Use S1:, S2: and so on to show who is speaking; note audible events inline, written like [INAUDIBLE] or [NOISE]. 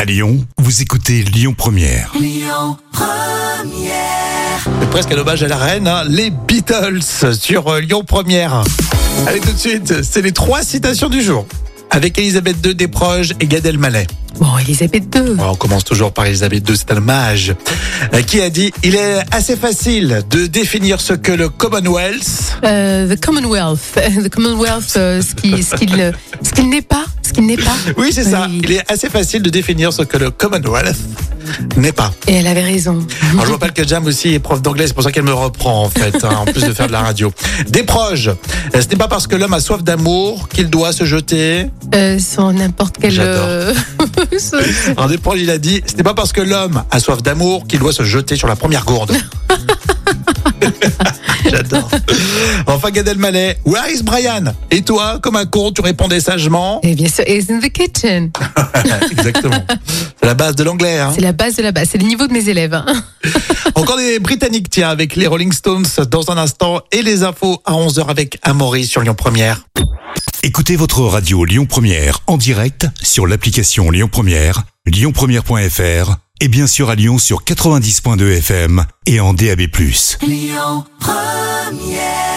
S1: À Lyon, vous écoutez Lyon Première.
S2: C'est presque un hommage à la reine, hein, les Beatles sur euh, Lyon Première. Allez tout de suite, c'est les trois citations du jour. Avec Elisabeth II Desproges et Gad Elmaleh.
S3: Bon, Elisabeth II.
S2: Ouais, On commence toujours par Elisabeth II, c'est un mage. Euh, Qui a dit « Il est assez facile de définir ce que le Commonwealth...
S3: Euh, the Commonwealth. [LAUGHS] The Commonwealth, euh, ce qui- ce qu'il euh, ce qu'il n'est pas. Ce qu'il n'est pas. »
S2: Oui, c'est ça.
S3: Oui.
S2: Il est assez facile de définir ce que le Commonwealth n'est pas.
S3: Et elle avait raison.
S2: Alors, je vous rappelle que Jam aussi est prof d'anglais, c'est pour ça qu'elle me reprend en fait, hein, en plus de faire de la radio. Des proches, Euh, ce n'est pas parce que l'homme a soif d'amour qu'il doit se jeter.
S3: Euh, sur n'importe quel.
S2: J'adore.
S3: euh, [LAUGHS] ce-
S2: Alors des proches, il a dit, ce n'est pas parce que l'homme a soif d'amour qu'il doit se jeter sur la première gourde. [LAUGHS] J'adore. Enfin, Gad Elmaleh, Where is Brian Et toi, comme un con, tu
S3: [LAUGHS]
S2: répondais sagement. [LAUGHS]
S3: Et Eh bien sûr, is in the kitchen.
S2: Ah. Exactement. C'est la base de l'anglais. Hein.
S3: C'est la base de la base. C'est le niveau de mes élèves. hein.
S2: Encore des Britanniques, tiens, avec les Rolling Stones dans un instant et les infos à 11h avec Amaury sur Lyon Première.
S1: Écoutez votre radio Lyon Première en direct sur l'application Lyon Première, lyonpremière.fr et bien sûr à Lyon sur 90.2 FM et en DAB+.
S4: Lyon Première